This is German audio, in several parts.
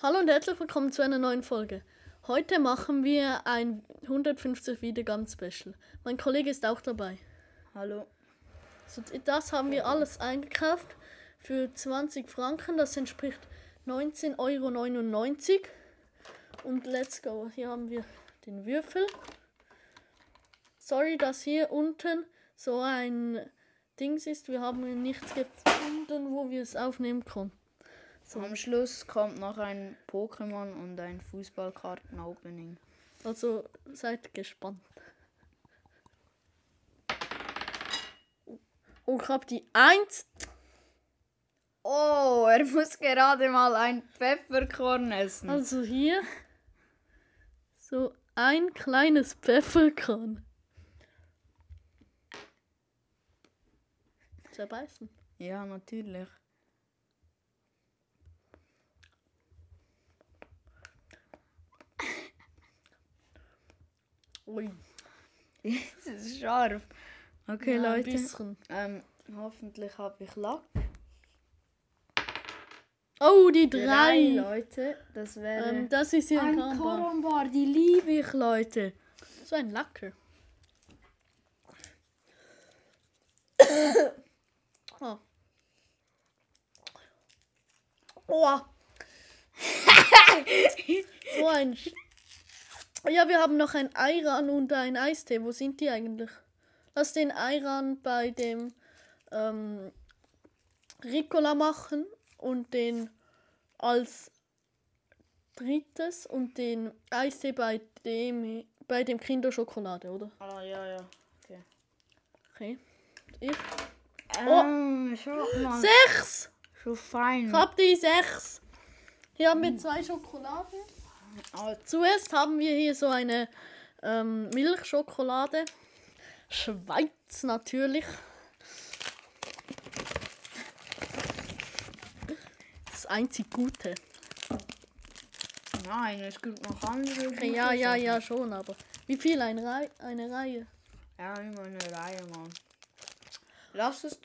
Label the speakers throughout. Speaker 1: Hallo und herzlich willkommen zu einer neuen Folge. Heute machen wir ein 150 Wiedergaben Special. Mein Kollege ist auch dabei.
Speaker 2: Hallo.
Speaker 1: So, das haben wir alles eingekauft für 20 Franken. Das entspricht 19,99 Euro. Und let's go. Hier haben wir den Würfel. Sorry, dass hier unten so ein Dings ist. Wir haben nichts gefunden, wo wir es aufnehmen konnten.
Speaker 2: Am Schluss kommt noch ein Pokémon und ein Fußballkarten-Opening.
Speaker 1: Also seid gespannt. Oh, ich habe die 1.
Speaker 2: Oh, er muss gerade mal ein Pfefferkorn essen.
Speaker 1: Also hier so ein kleines Pfefferkorn. Zerbeißen.
Speaker 2: Ja, natürlich.
Speaker 1: Ui,
Speaker 2: Das ist scharf. Okay,
Speaker 1: ja, ein
Speaker 2: Leute.
Speaker 1: bisschen.
Speaker 2: Ähm, hoffentlich habe ich Lack.
Speaker 1: Oh, die 3.
Speaker 2: Drei Leute, das wäre
Speaker 1: Ähm, das ist hier ein
Speaker 2: ein
Speaker 1: Karamba.
Speaker 2: Korombar. Die liebe ich, Leute.
Speaker 1: So ein Lacker. oh. Oh. so ein. Sch ja, wir haben noch ein Eiran und ein Eistee. Wo sind die eigentlich? Lass den Eiran bei dem ähm, Ricola machen und den als drittes und den Eistee bei dem bei dem Kinderschokolade, oder?
Speaker 2: Ah, ja, ja. Okay.
Speaker 1: Okay. Ich. Oh.
Speaker 2: Ähm, schau mal.
Speaker 1: Sechs!
Speaker 2: Schon fein.
Speaker 1: Ich hab die sechs. Hier haben wir zwei Schokoladen.
Speaker 2: Ah,
Speaker 1: Zuerst haben wir hier so eine ähm, Milchschokolade. Schweiz natürlich. Das einzig Gute.
Speaker 2: Nein, es gibt noch andere.
Speaker 1: Okay, ja, ja, ja, schon, aber wie viel? Ein Rei eine Reihe?
Speaker 2: Ja, immer eine Reihe, Mann. Lass es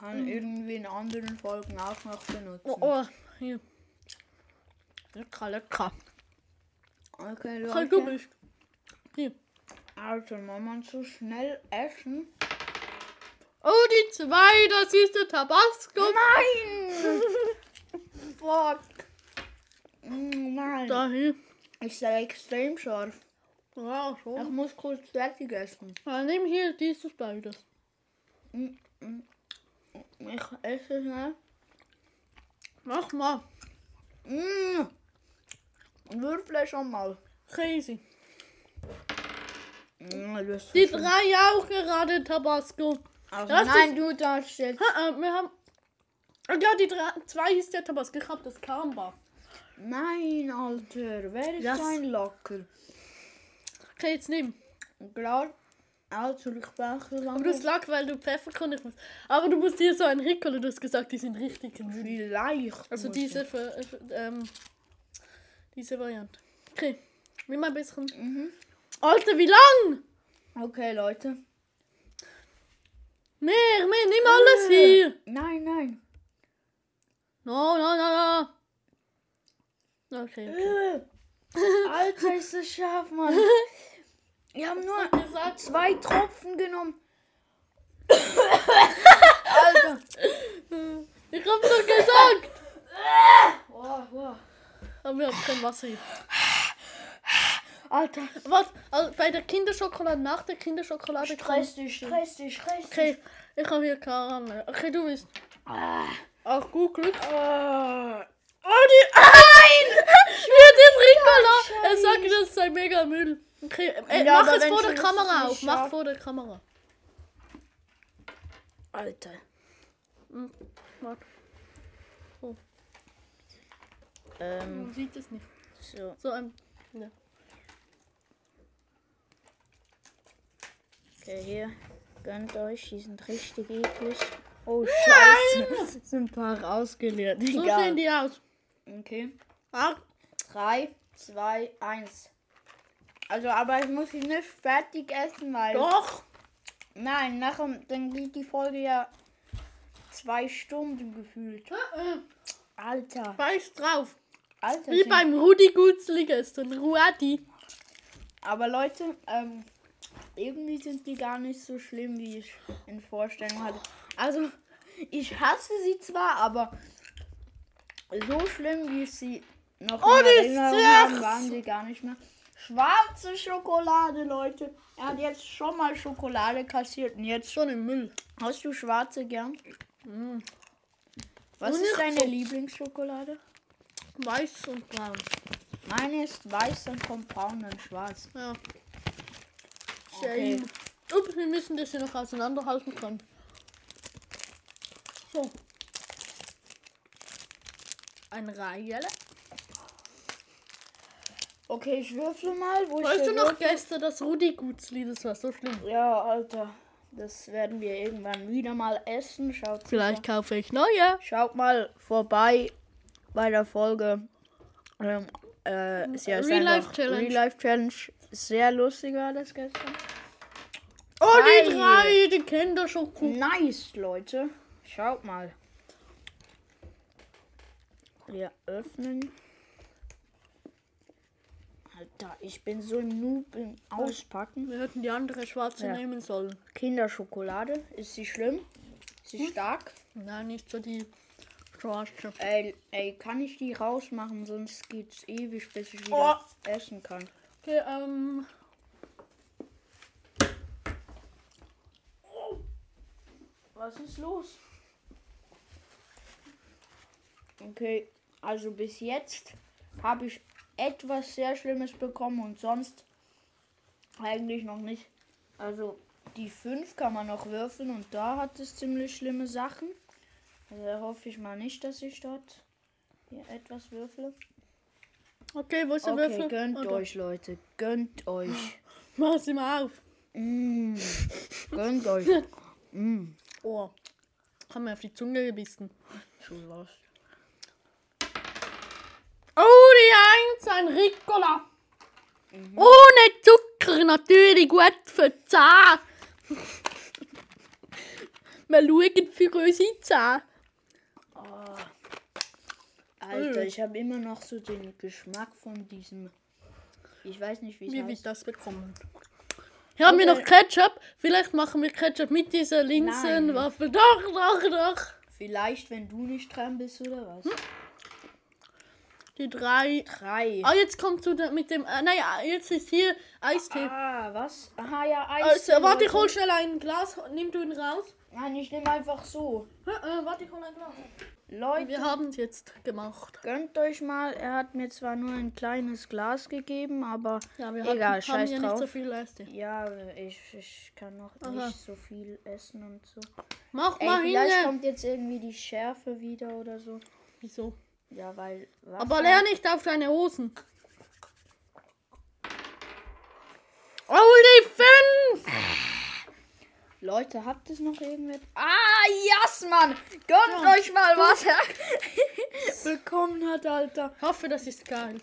Speaker 2: dann irgendwie in anderen Folgen auch noch benutzen.
Speaker 1: Mhm. Oh, oh hier. Lecker, lecker.
Speaker 2: Okay,
Speaker 1: Kein Halt du
Speaker 2: Leute.
Speaker 1: bist. Hier.
Speaker 2: Also, wenn man so schnell essen.
Speaker 1: Oh, die zwei, das ist der Tabasco.
Speaker 2: Nein! Fuck! Mm, Nein,
Speaker 1: Dahin.
Speaker 2: ist ja extrem scharf. Oh.
Speaker 1: Ja,
Speaker 2: Ich
Speaker 1: schon.
Speaker 2: muss kurz fertig essen.
Speaker 1: Dann nimm hier dieses beides.
Speaker 2: Ich esse schnell.
Speaker 1: Mach mal.
Speaker 2: Mm. Würfle schon mal.
Speaker 1: Crazy.
Speaker 2: Mm, das ist
Speaker 1: Die
Speaker 2: schon-
Speaker 1: drei auch gerade Tabasco.
Speaker 2: also,
Speaker 1: das
Speaker 2: nein, du darfst jetzt.
Speaker 1: Ha, äh, wir haben. Ah Ja, die drei, zwei ist der Tabasco. Ich hab das Karamba.
Speaker 2: Nein, Alter, wer ist
Speaker 1: Das-
Speaker 2: so ein Locker?
Speaker 1: Okay, jetzt nimm.
Speaker 2: Klar, also ich brauche
Speaker 1: Aber
Speaker 2: lange.
Speaker 1: das lag, weil du Pfefferkorn nicht musst. Aber du musst hier so ein Ricola, du hast gesagt, die sind richtig. müde.
Speaker 2: Vielleicht.
Speaker 1: Also
Speaker 2: muss
Speaker 1: diese, Ver- äh, ähm, diese Variante. Okay, nimm mal ein bisschen. Alter, wie lang?
Speaker 2: ich. Okay, Leute.
Speaker 1: Mehr, mehr, nimm alles hier.
Speaker 2: Nein, nein.
Speaker 1: No, no, no, no. Okay, okay.
Speaker 2: Äh, Alter, ist das scharf, Mann. Wir haben nur
Speaker 1: Gesagt,
Speaker 2: zwei Tropfen genommen.
Speaker 1: ich hab's doch gesagt.
Speaker 2: Wow, wow.
Speaker 1: Aber wir haben kein Wasser hier.
Speaker 2: Alter,
Speaker 1: Was? Also bei der Kinderschokolade, nach der Kinderschokolade
Speaker 2: stress
Speaker 1: kommt...
Speaker 2: dich, stress dich, stress dich.
Speaker 1: Okay, ich hab hier Karamell. Okay, du bist...
Speaker 2: Ah.
Speaker 1: Auch gut Glück.
Speaker 2: Ah.
Speaker 1: Oh, die... Nein! Hier, das Ricola! Er sagt, das sei mega Müll. Okay, äh,
Speaker 2: Ja,
Speaker 1: mach
Speaker 2: aber
Speaker 1: es
Speaker 2: wenn
Speaker 1: vor der
Speaker 2: schon, ist
Speaker 1: Kamera
Speaker 2: es
Speaker 1: auf.
Speaker 2: nicht
Speaker 1: Mach
Speaker 2: scharf.
Speaker 1: vor der Kamera.
Speaker 2: Alter.
Speaker 1: Hm, Warte. Oh.
Speaker 2: Ähm,
Speaker 1: Man sieht es nicht.
Speaker 2: so.
Speaker 1: Ähm, So ähm, ein... Ja.
Speaker 2: Okay, hier. Gönnt euch, die sind richtig eklig. Oh, scheiße. Sind ein paar ausgeleert.
Speaker 1: So sehen
Speaker 2: Egal.
Speaker 1: die aus.
Speaker 2: Okay.
Speaker 1: Ah,
Speaker 2: 3, 2, 1. Also, aber ich muss ihn nicht fertig essen, weil.
Speaker 1: doch.
Speaker 2: Nein, nachher, dann geht die Folge ja zwei Stunden gefühlt.
Speaker 1: Ah, äh,
Speaker 2: Alter.
Speaker 1: Weiß drauf.
Speaker 2: Alter,
Speaker 1: Wie
Speaker 2: sind-
Speaker 1: beim Rudi Gutzli gestern. Ruadi.
Speaker 2: aber Leute, ähm, irgendwie sind die gar nicht so schlimm, wie ich in Vorstellung hatte. Also, ich hasse sie zwar, aber so schlimm, wie ich sie noch
Speaker 1: Oh,
Speaker 2: in
Speaker 1: die
Speaker 2: Erinnerung
Speaker 1: Sechs!
Speaker 2: habe, waren sie gar nicht mehr. Schwarze Schokolade, Leute. Er hat jetzt schon mal Schokolade kassiert und jetzt
Speaker 1: Schon im Müll. Mm.
Speaker 2: Hast du schwarze gern? Was
Speaker 1: Nur
Speaker 2: ist
Speaker 1: nicht
Speaker 2: deine
Speaker 1: so-
Speaker 2: Lieblingsschokolade?
Speaker 1: Weiß und braun.
Speaker 2: Meine ist weiß, dann kommt braun, dann schwarz.
Speaker 1: Ja.
Speaker 2: Okay.
Speaker 1: Shame. Ups, wir müssen das hier noch auseinanderhalten können. So. Ein Reihe.
Speaker 2: Okay, ich würfle mal. Wo
Speaker 1: Weißt
Speaker 2: ich
Speaker 1: du
Speaker 2: den
Speaker 1: noch
Speaker 2: würfel?
Speaker 1: gestern das Rudi Gutzli? Das war so schlimm.
Speaker 2: Ja, Alter. Das werden wir irgendwann wieder mal essen. Schaut,
Speaker 1: Vielleicht kaufe ich neue.
Speaker 2: Schaut mal vorbei bei der Folge. Ähm, äh, ist ja
Speaker 1: Real Life
Speaker 2: einfach-
Speaker 1: Challenge.
Speaker 2: Real Life Challenge. Sehr lustig war das gestern.
Speaker 1: Oh, die
Speaker 2: Drei.
Speaker 1: drei, die kennen das schon gut.
Speaker 2: Nice, Leute. Schaut mal. Wir öffnen. Alter, ich bin so ein Noob im Auspacken.
Speaker 1: Wir hätten die andere schwarze
Speaker 2: Ja.
Speaker 1: nehmen sollen.
Speaker 2: Kinderschokolade. Ist sie schlimm? Ist
Speaker 1: Hm.
Speaker 2: sie stark?
Speaker 1: Nein, nicht so die schwarze.
Speaker 2: Ey, ey, kann ich die rausmachen? Sonst geht's ewig, bis ich wieder essen kann.
Speaker 1: Okay, ähm.
Speaker 2: Was ist los? Okay, also bis jetzt habe ich etwas sehr Schlimmes bekommen und sonst eigentlich noch nicht. Also die 5 kann man noch würfeln und da hat es ziemlich schlimme Sachen. Also da hoffe ich mal nicht, dass ich dort hier etwas würfle.
Speaker 1: Okay, wo ist der
Speaker 2: Okay,
Speaker 1: Würfel?
Speaker 2: gönnt
Speaker 1: Oh, da.
Speaker 2: euch, Leute. Gönnt euch.
Speaker 1: Mach sie mal auf.
Speaker 2: Mm, gönnt euch. Mm.
Speaker 1: Oh. Haben mir auf die Zunge gebissen.
Speaker 2: Schon was.
Speaker 1: Oh, die Eins, ein Ricola. Mhm. Ohne Zucker, natürlich gut für die Zahn. Wir schauen für unsere Zahn.
Speaker 2: Alter, ich habe immer noch so den Geschmack von diesem. Ich weiß nicht, wie
Speaker 1: Wie
Speaker 2: es
Speaker 1: wir
Speaker 2: heißt.
Speaker 1: das bekommen. Hier haben wir
Speaker 2: Okay.
Speaker 1: noch Ketchup. Vielleicht machen wir Ketchup mit dieser Linsenwaffe. Doch, doch, doch. Hm?
Speaker 2: Vielleicht, wenn du nicht dran bist oder was?
Speaker 1: Die drei.
Speaker 2: Drei.
Speaker 1: Ah, jetzt kommst du da mit dem. Äh, naja, jetzt ist hier Eistee.
Speaker 2: Ah, was? Aha, ja, Eis.
Speaker 1: Also, warte, ich hol schnell ein Glas. Nimm du ihn raus.
Speaker 2: Nein, ich nehme einfach so.
Speaker 1: Äh, äh, warte, ich hol ein Glas.
Speaker 2: Leute,
Speaker 1: Wir haben es jetzt gemacht.
Speaker 2: gönnt euch mal. Er hat mir zwar nur ein kleines Glas gegeben, aber
Speaker 1: Ja, wir hatten,
Speaker 2: egal,
Speaker 1: haben
Speaker 2: scheiß
Speaker 1: ja nicht
Speaker 2: drauf.
Speaker 1: so viel Eistee.
Speaker 2: ja, ich, ich kann noch
Speaker 1: Aha.
Speaker 2: nicht so viel essen und so.
Speaker 1: Mach
Speaker 2: Ey,
Speaker 1: mal
Speaker 2: vielleicht
Speaker 1: hin.
Speaker 2: kommt jetzt irgendwie die Schärfe wieder oder so.
Speaker 1: Wieso?
Speaker 2: Ja, weil. Wasser-
Speaker 1: Aber leer nicht auf deine Hosen. Oh, die fünf!
Speaker 2: Leute, habt ihr noch irgendwas? Ah, yes, Mann! Gönnt euch mal, was er bekommen hat, Alter.
Speaker 1: Hoffe, das ist geil.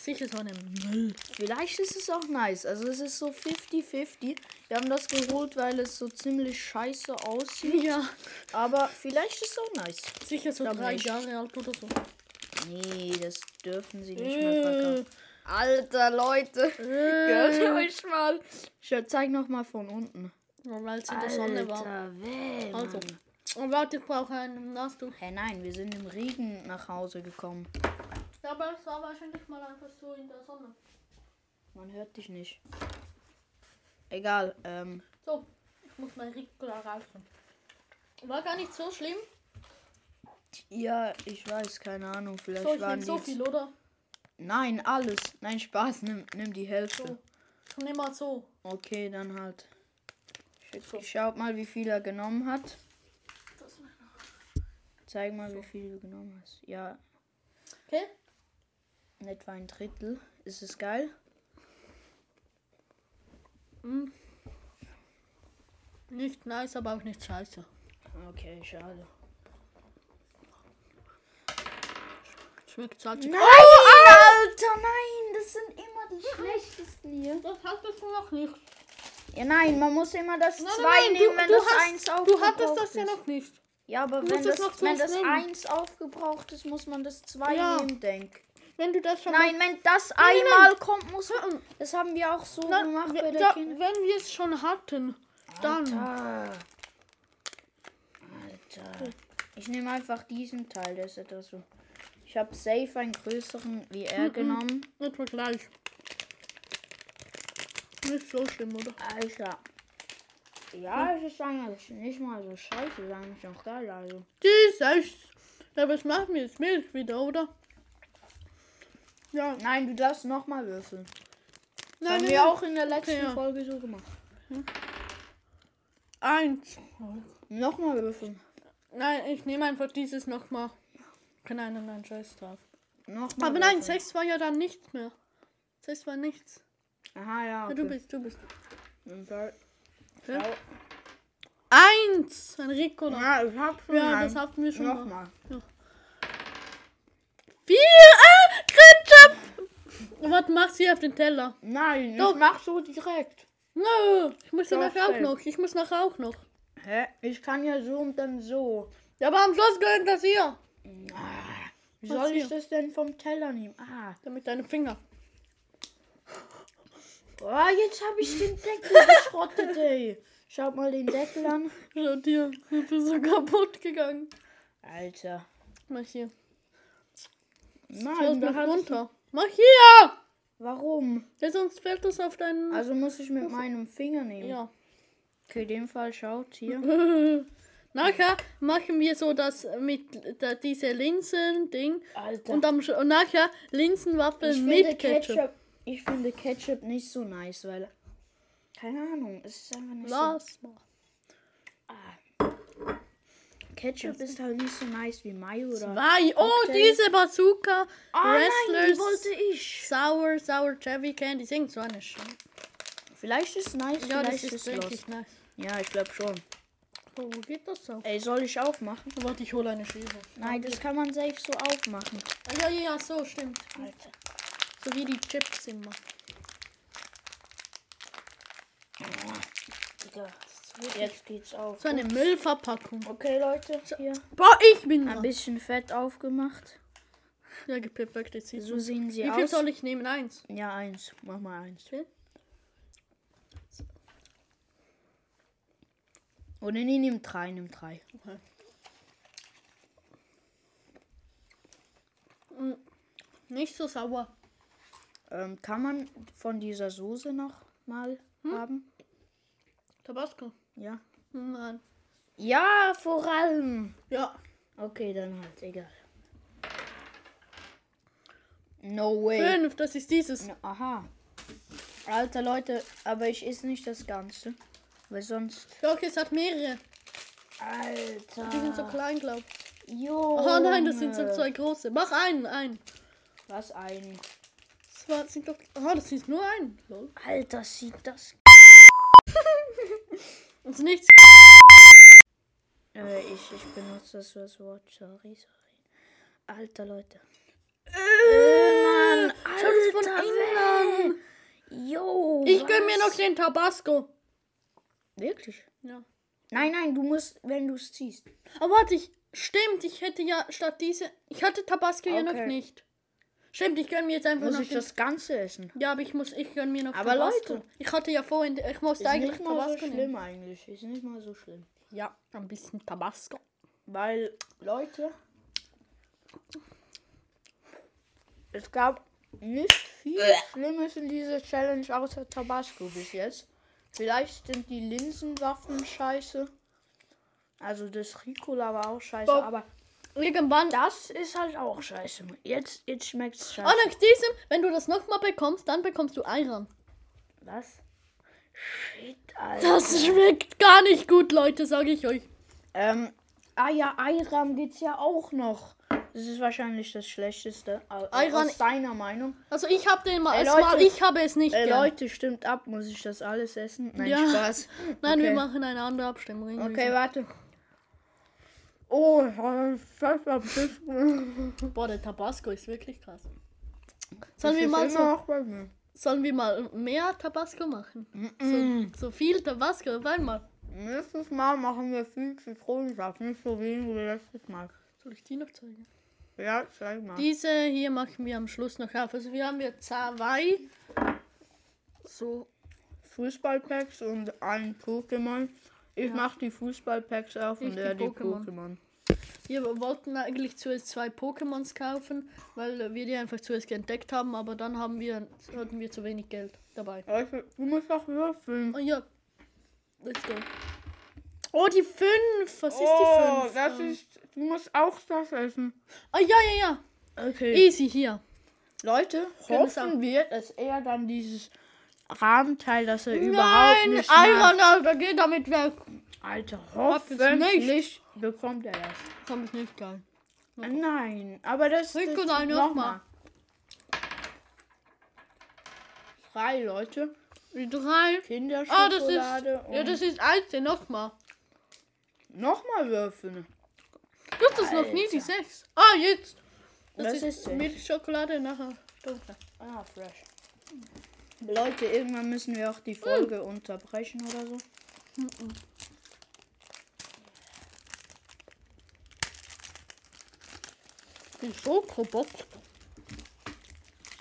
Speaker 1: Sicher so eine Müll.
Speaker 2: Vielleicht ist es auch nice. Also, es ist so 50-50. Wir haben das geholt, weil es so ziemlich scheiße aussieht.
Speaker 1: Ja,
Speaker 2: Aber vielleicht ist es auch nice.
Speaker 1: sicher so
Speaker 2: Glaub
Speaker 1: drei
Speaker 2: nicht.
Speaker 1: Jahre alt oder so.
Speaker 2: Nee, das dürfen sie nicht mal
Speaker 1: Äh,
Speaker 2: verkaufen. Alter, Leute. Gönnt
Speaker 1: äh,
Speaker 2: euch mal. Ich zeig noch mal von unten.
Speaker 1: Nur weil es in der Sonne war.
Speaker 2: weh,
Speaker 1: Also,
Speaker 2: Mann.
Speaker 1: oh, warte, ich brauche einen Nastuch.
Speaker 2: Hä, nein, wir sind im Regen nach Hause gekommen.
Speaker 1: Aber es war wahrscheinlich mal einfach so in der Sonne.
Speaker 2: Man hört dich nicht. Egal, ähm,
Speaker 1: So, ich muss mein Ricola rauchen. War gar nicht so schlimm.
Speaker 2: ja, ich weiß, keine Ahnung, vielleicht
Speaker 1: So, ich
Speaker 2: waren
Speaker 1: nehme
Speaker 2: die...
Speaker 1: so viel, oder?
Speaker 2: Nein, alles. Nein, Spaß, nimm, nimm die Hälfte.
Speaker 1: So. Ich nehme mal so.
Speaker 2: Okay, dann halt.
Speaker 1: So.
Speaker 2: Schaut mal, wie viel er genommen hat.
Speaker 1: Das ist mein-
Speaker 2: Zeig mal, wie viel du genommen hast. Ja,
Speaker 1: Okay?
Speaker 2: in etwa ein Drittel. Ist es geil?
Speaker 1: Hm. Nicht nice, aber auch nicht scheiße.
Speaker 2: Okay, schade.
Speaker 1: Schmeckt salzig.
Speaker 2: Nein, Mhm. Alter, nein, das sind immer die schlechtesten hier.
Speaker 1: Das hattest du noch nicht.
Speaker 2: Ja, nein, man muss immer das
Speaker 1: Nein,
Speaker 2: zwei
Speaker 1: nein, nein,
Speaker 2: nehmen,
Speaker 1: du,
Speaker 2: wenn
Speaker 1: du
Speaker 2: das
Speaker 1: hast,
Speaker 2: eins
Speaker 1: du hattest
Speaker 2: aufgebraucht
Speaker 1: das ja
Speaker 2: ist.
Speaker 1: noch nicht.
Speaker 2: Ja, aber
Speaker 1: Du
Speaker 2: wenn
Speaker 1: musst
Speaker 2: das,
Speaker 1: es noch
Speaker 2: wenn das
Speaker 1: zusammen.
Speaker 2: 1 aufgebraucht ist, muss man das 2
Speaker 1: Ja.
Speaker 2: nehmen, denk.
Speaker 1: Wenn du das schon
Speaker 2: Nein, wenn das
Speaker 1: nein, nein.
Speaker 2: einmal kommt, muss man.
Speaker 1: Nein,
Speaker 2: Das haben wir auch so
Speaker 1: nein,
Speaker 2: gemacht
Speaker 1: wir-
Speaker 2: bei der
Speaker 1: da,
Speaker 2: Kinder.
Speaker 1: wenn wir es schon hatten, dann.
Speaker 2: Alter. Alter. Ich nehme einfach diesen Teil, der ist etwas so. Ich habe safe einen größeren wie
Speaker 1: Mhm.
Speaker 2: er genommen.
Speaker 1: Etwa gleich. Nicht so schlimm, oder?
Speaker 2: Alter. Ja, es ist eigentlich nicht mal so scheiße, es ist eigentlich noch geil. Also.
Speaker 1: Jesus! Ja, was machen wir jetzt? Milch wieder, oder? Ja,
Speaker 2: Nein, du darfst nochmal würfeln. Das
Speaker 1: nein,
Speaker 2: haben
Speaker 1: nein,
Speaker 2: wir
Speaker 1: nein.
Speaker 2: auch in der letzten
Speaker 1: Okay, ja.
Speaker 2: Folge so gemacht.
Speaker 1: Eins.
Speaker 2: Nochmal würfeln.
Speaker 1: Nein, ich nehme einfach dieses nochmal. Nein, nein, nein, scheiß drauf.
Speaker 2: Nochmal.
Speaker 1: Aber nein,
Speaker 2: würfeln.
Speaker 1: 6 war ja dann nichts mehr. 6 war nichts.
Speaker 2: Aha, ja.
Speaker 1: Ja,
Speaker 2: Okay.
Speaker 1: du bist, du bist.
Speaker 2: Dann soll-
Speaker 1: Ja.
Speaker 2: Schau.
Speaker 1: Eins! Ein Ricola.
Speaker 2: Ja, ich hab schon.
Speaker 1: Ja,
Speaker 2: einen.
Speaker 1: das hatten wir schon mal.
Speaker 2: Nochmal.
Speaker 1: Vier! Ah! Ketchup! Was mach sie auf den Teller?
Speaker 2: Nein,
Speaker 1: Doch.
Speaker 2: ich mach so direkt.
Speaker 1: Nö, ich muss
Speaker 2: Doch,
Speaker 1: nachher auch
Speaker 2: safe.
Speaker 1: noch. Ich muss nachher auch noch.
Speaker 2: Hä? Ich kann ja so und dann so. Ah,
Speaker 1: Ja, aber am Schluss gehört das hier.
Speaker 2: Wie
Speaker 1: Was
Speaker 2: soll ich
Speaker 1: hier?
Speaker 2: das denn vom Teller nehmen? Ah.
Speaker 1: Damit deine Finger.
Speaker 2: Oh, jetzt habe ich den Deckel geschrottet, ey. Schaut mal den Deckel an.
Speaker 1: Schau dir, das ist so kaputt gegangen.
Speaker 2: Alter.
Speaker 1: Mach hier. Schau
Speaker 2: Nein, da
Speaker 1: nach
Speaker 2: hat-
Speaker 1: runter. Mach hier!
Speaker 2: Warum?
Speaker 1: Ja, sonst fällt das auf deinen.
Speaker 2: Also muss ich mit meinem Finger nehmen.
Speaker 1: ja.
Speaker 2: Okay, in dem Fall schaut hier.
Speaker 1: Nachher machen wir so das mit da, diese Linsen-Ding.
Speaker 2: Alter.
Speaker 1: Und, am Sch- und nachher
Speaker 2: ich
Speaker 1: Linsenwaffeln
Speaker 2: finde
Speaker 1: mit Ketchup.
Speaker 2: Ich finde Ketchup nicht so nice, weil. Keine Ahnung, es ist einfach nicht so.
Speaker 1: Lass mal.
Speaker 2: Ketchup ist halt nicht so nice wie Mayo oder.
Speaker 1: Zwei. Oh,
Speaker 2: Cocktail.
Speaker 1: diese Bazooka.
Speaker 2: Ah, nein, die
Speaker 1: Wrestlers.
Speaker 2: wollte ich.
Speaker 1: Sour, Sour Cherry Candy. Sing so eine Scheiße.
Speaker 2: Vielleicht ist nice,
Speaker 1: Ja, das
Speaker 2: vielleicht
Speaker 1: ist
Speaker 2: los.
Speaker 1: wirklich nice.
Speaker 2: Ja, ich glaube schon.
Speaker 1: Oh, wo geht das so?
Speaker 2: Ey, soll ich aufmachen?
Speaker 1: Warte, ich hole eine Schere.
Speaker 2: Nein, das kann man safe so aufmachen.
Speaker 1: Ah, Ja, ja, ja, so, stimmt.
Speaker 2: Alter.
Speaker 1: So wie die Chips immer.
Speaker 2: Digga. Jetzt geht's auf.
Speaker 1: So eine Müllverpackung.
Speaker 2: Okay, Leute, hier.
Speaker 1: Boah, ich bin
Speaker 2: Ein
Speaker 1: dran.
Speaker 2: bisschen Fett aufgemacht.
Speaker 1: Ja, gepippt, jetzt sieht
Speaker 2: So
Speaker 1: so
Speaker 2: sehen sie
Speaker 1: Wie viel
Speaker 2: aus.
Speaker 1: soll ich nehmen? Eins.
Speaker 2: Ja, eins. Mach mal eins.
Speaker 1: Okay.
Speaker 2: Oder nee, nimm drei, nimm drei.
Speaker 1: Mm, Nicht so sauer.
Speaker 2: Ähm, kann man von dieser Soße noch mal haben?
Speaker 1: Tabasco?
Speaker 2: Ja.
Speaker 1: Nein.
Speaker 2: Ja, vor allem.
Speaker 1: Ja.
Speaker 2: Okay, dann halt, egal. No way.
Speaker 1: Fünf, das ist dieses.
Speaker 2: No, aha. Alter Leute, aber ich esse nicht das Ganze. Weil sonst.
Speaker 1: Doch, es hat mehrere.
Speaker 2: Alter.
Speaker 1: Die sind so klein, glaub ich.
Speaker 2: Jo.
Speaker 1: Ah. Oh nein, das sind so zwei große. Mach einen, einen.
Speaker 2: Was ein.
Speaker 1: Das war, sind doch. Oh, das ist nur ein. Lol.
Speaker 2: Alter, sieht das.
Speaker 1: Das ist nichts.
Speaker 2: Äh, ich, ich benutze das, das Wort. Sorry, sorry. Alter Leute. Äh, Mann,
Speaker 1: Schau das von
Speaker 2: Alter,
Speaker 1: innen.
Speaker 2: Jo.
Speaker 1: Ich gönn mir
Speaker 2: was?
Speaker 1: noch den Tabasco.
Speaker 2: Wirklich?
Speaker 1: Ja.
Speaker 2: Nein, nein, du musst, wenn du es ziehst.
Speaker 1: Aber warte, ich, stimmt, ich hätte ja statt diese. Ich hatte Tabasco ja noch
Speaker 2: Okay.
Speaker 1: nicht. Stimmt, ich gönn mir jetzt einfach
Speaker 2: Muss
Speaker 1: noch
Speaker 2: ich
Speaker 1: den.
Speaker 2: das Ganze essen?
Speaker 1: Ja, aber ich muss, ich gönn mir noch
Speaker 2: Aber
Speaker 1: Tabasco.
Speaker 2: Leute.
Speaker 1: Ich hatte ja vorhin, ich musste
Speaker 2: Ist
Speaker 1: eigentlich
Speaker 2: nicht mal so
Speaker 1: Tabasco
Speaker 2: schlimm
Speaker 1: nehmen.
Speaker 2: eigentlich. Ist nicht mal so schlimm.
Speaker 1: Ja, ein bisschen Tabasco.
Speaker 2: Weil, Leute, es gab nicht viel Schlimmes in dieser Challenge außer Tabasco bis jetzt. Vielleicht sind die Linsenwaffen scheiße. Also das Ricola war auch scheiße,
Speaker 1: Bob.
Speaker 2: aber
Speaker 1: Irgendwann.
Speaker 2: das ist halt auch scheiße. Jetzt, jetzt schmeckt's
Speaker 1: Und
Speaker 2: scheiße.
Speaker 1: ah, nach diesem, wenn du das nochmal bekommst, dann bekommst du Ayran. ne-
Speaker 2: Was? Shit, Alter.
Speaker 1: Das schmeckt gar nicht gut, Leute, sage ich euch.
Speaker 2: Ähm, ah ja, Ayran geht's ja auch noch. Das ist wahrscheinlich das Schlechteste. au-
Speaker 1: Ayran-
Speaker 2: aus deiner Meinung.
Speaker 1: Also ich habe den mal,
Speaker 2: Ey,
Speaker 1: es
Speaker 2: Leute.
Speaker 1: mal, ich habe es nicht
Speaker 2: Ey,
Speaker 1: gern.
Speaker 2: Äh, Leute, stimmt ab, muss ich das alles essen? Nein,
Speaker 1: Ja.
Speaker 2: Spaß.
Speaker 1: Nein, wir
Speaker 2: Okay.
Speaker 1: machen eine andere Abstimmung. irgendwie
Speaker 2: Okay, warte. Oh, das war Pfiff.
Speaker 1: so. Boah, der Tabasco ist wirklich krass.
Speaker 2: Das
Speaker 1: Sollen wir
Speaker 2: ist
Speaker 1: mal
Speaker 2: immer
Speaker 1: so,
Speaker 2: noch bei mir.
Speaker 1: sollen wir mal mehr Tabasco machen? So, so viel Tabasco auf einmal.
Speaker 2: Nächstes Mal machen wir viel Zitronensaft, nicht so wenig wie letztes Mal.
Speaker 1: Soll ich die noch zeigen?
Speaker 2: Ja, zeig mal.
Speaker 1: Diese hier machen wir am Schluss noch auf. Also wir haben jetzt zwei. So.
Speaker 2: Fußballpacks und ein Pokémon. Ich mach die Fußballpacks auf
Speaker 1: Ich
Speaker 2: und
Speaker 1: die
Speaker 2: er die
Speaker 1: Pokémon.
Speaker 2: Pokémon.
Speaker 1: Wir wollten eigentlich zuerst zwei Pokémons kaufen, weil wir die einfach zuerst entdeckt haben, aber dann haben wir, hatten wir zu wenig Geld dabei.
Speaker 2: Also, du musst doch würfeln.
Speaker 1: Oh ja. Let's go. Oh, die 5! Was
Speaker 2: oh,
Speaker 1: ist die Ähm. 5?
Speaker 2: das ist. Du musst auch das essen.
Speaker 1: Oh ja, ja, ja.
Speaker 2: Okay.
Speaker 1: Easy hier.
Speaker 2: Leute,
Speaker 1: Können es
Speaker 2: hoffen wir, dass er dann dieses Rahmenteil, das er überhaupt
Speaker 1: Nein,
Speaker 2: nicht mag.
Speaker 1: Iron Alter, geh damit weg.
Speaker 2: Alter,
Speaker 1: Hab
Speaker 2: hoffentlich
Speaker 1: ich's
Speaker 2: nicht. bekommt er das.
Speaker 1: Komm, ist nicht geil.
Speaker 2: Nein, aber das
Speaker 1: Rico,
Speaker 2: das-
Speaker 1: nein,
Speaker 2: noch
Speaker 1: noch mal.
Speaker 2: Drei Leute,
Speaker 1: Die drei. Ah, das ist.
Speaker 2: Kinderschokolade
Speaker 1: Ja, das ist eins. Nochmal.
Speaker 2: und nochmal würfeln.
Speaker 1: Du hast das noch nie, die sechs. Ah, jetzt. Das,
Speaker 2: Das
Speaker 1: ist,
Speaker 2: ist sechs.
Speaker 1: mit Schokolade nachher. Dunkel.
Speaker 2: Ah, fresh. Hm. Leute, irgendwann müssen wir auch die Folge unterbrechen oder so.
Speaker 1: Die Schokobox.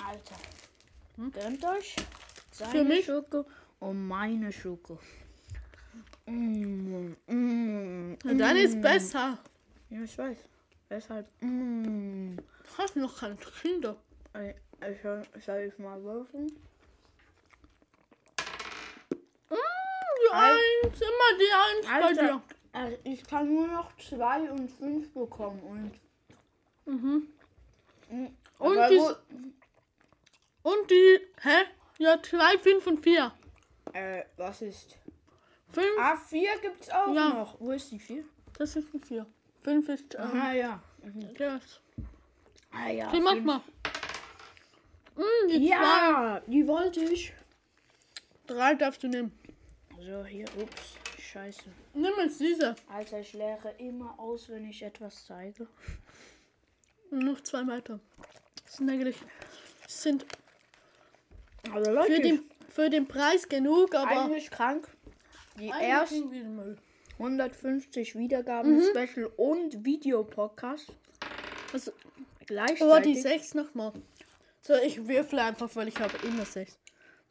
Speaker 2: Alter. Gönnt euch seine
Speaker 1: Hm? Für mich?
Speaker 2: Schoko und meine Schoko. Mm, mm,
Speaker 1: Und dann ist besser.
Speaker 2: Ja, ich weiß. Weshalb? Mm.
Speaker 1: Du hast noch keine Kinder. Mm,
Speaker 2: Ey, Ich soll, soll ich mal würfeln?
Speaker 1: Die
Speaker 2: Al-
Speaker 1: eins. Immer die eins bei dir.
Speaker 2: also ich kann nur noch zwei und fünf bekommen und. Mhm.
Speaker 1: Und
Speaker 2: Aber
Speaker 1: die-
Speaker 2: gut,
Speaker 1: Und die. Hä? Ja, zwei, fünf und vier.
Speaker 2: äh, was ist?
Speaker 1: Fünf.
Speaker 2: A4 gibt's auch
Speaker 1: Ja. Mhm.
Speaker 2: noch. Wo ist die 4?
Speaker 1: Das ist ein vier. Fünf ist. Ähm,
Speaker 2: Ah ja.
Speaker 1: das.
Speaker 2: Ah ja.
Speaker 1: Die mach mal. Mm, die zwei.
Speaker 2: Ja, die wollte ich.
Speaker 1: Drei darfst du nehmen.
Speaker 2: So, hier, ups, scheiße.
Speaker 1: Nimm jetzt diese.
Speaker 2: Alter, ich leere immer aus, wenn ich etwas zeige.
Speaker 1: Und noch zwei weitere. Das sind eigentlich. das sind
Speaker 2: Also Leute,
Speaker 1: für
Speaker 2: ich
Speaker 1: den, für den Preis genug, aber.
Speaker 2: eigentlich krank. Die
Speaker 1: eigentlich
Speaker 2: ersten
Speaker 1: kriegen wir den Müll.
Speaker 2: 150
Speaker 1: Mhm.
Speaker 2: Wiedergaben Special und Videopodcast
Speaker 1: Also,
Speaker 2: gleichzeitig.
Speaker 1: aber Oh, die sechs nochmal. So, ich würfle einfach, weil ich habe immer sechs.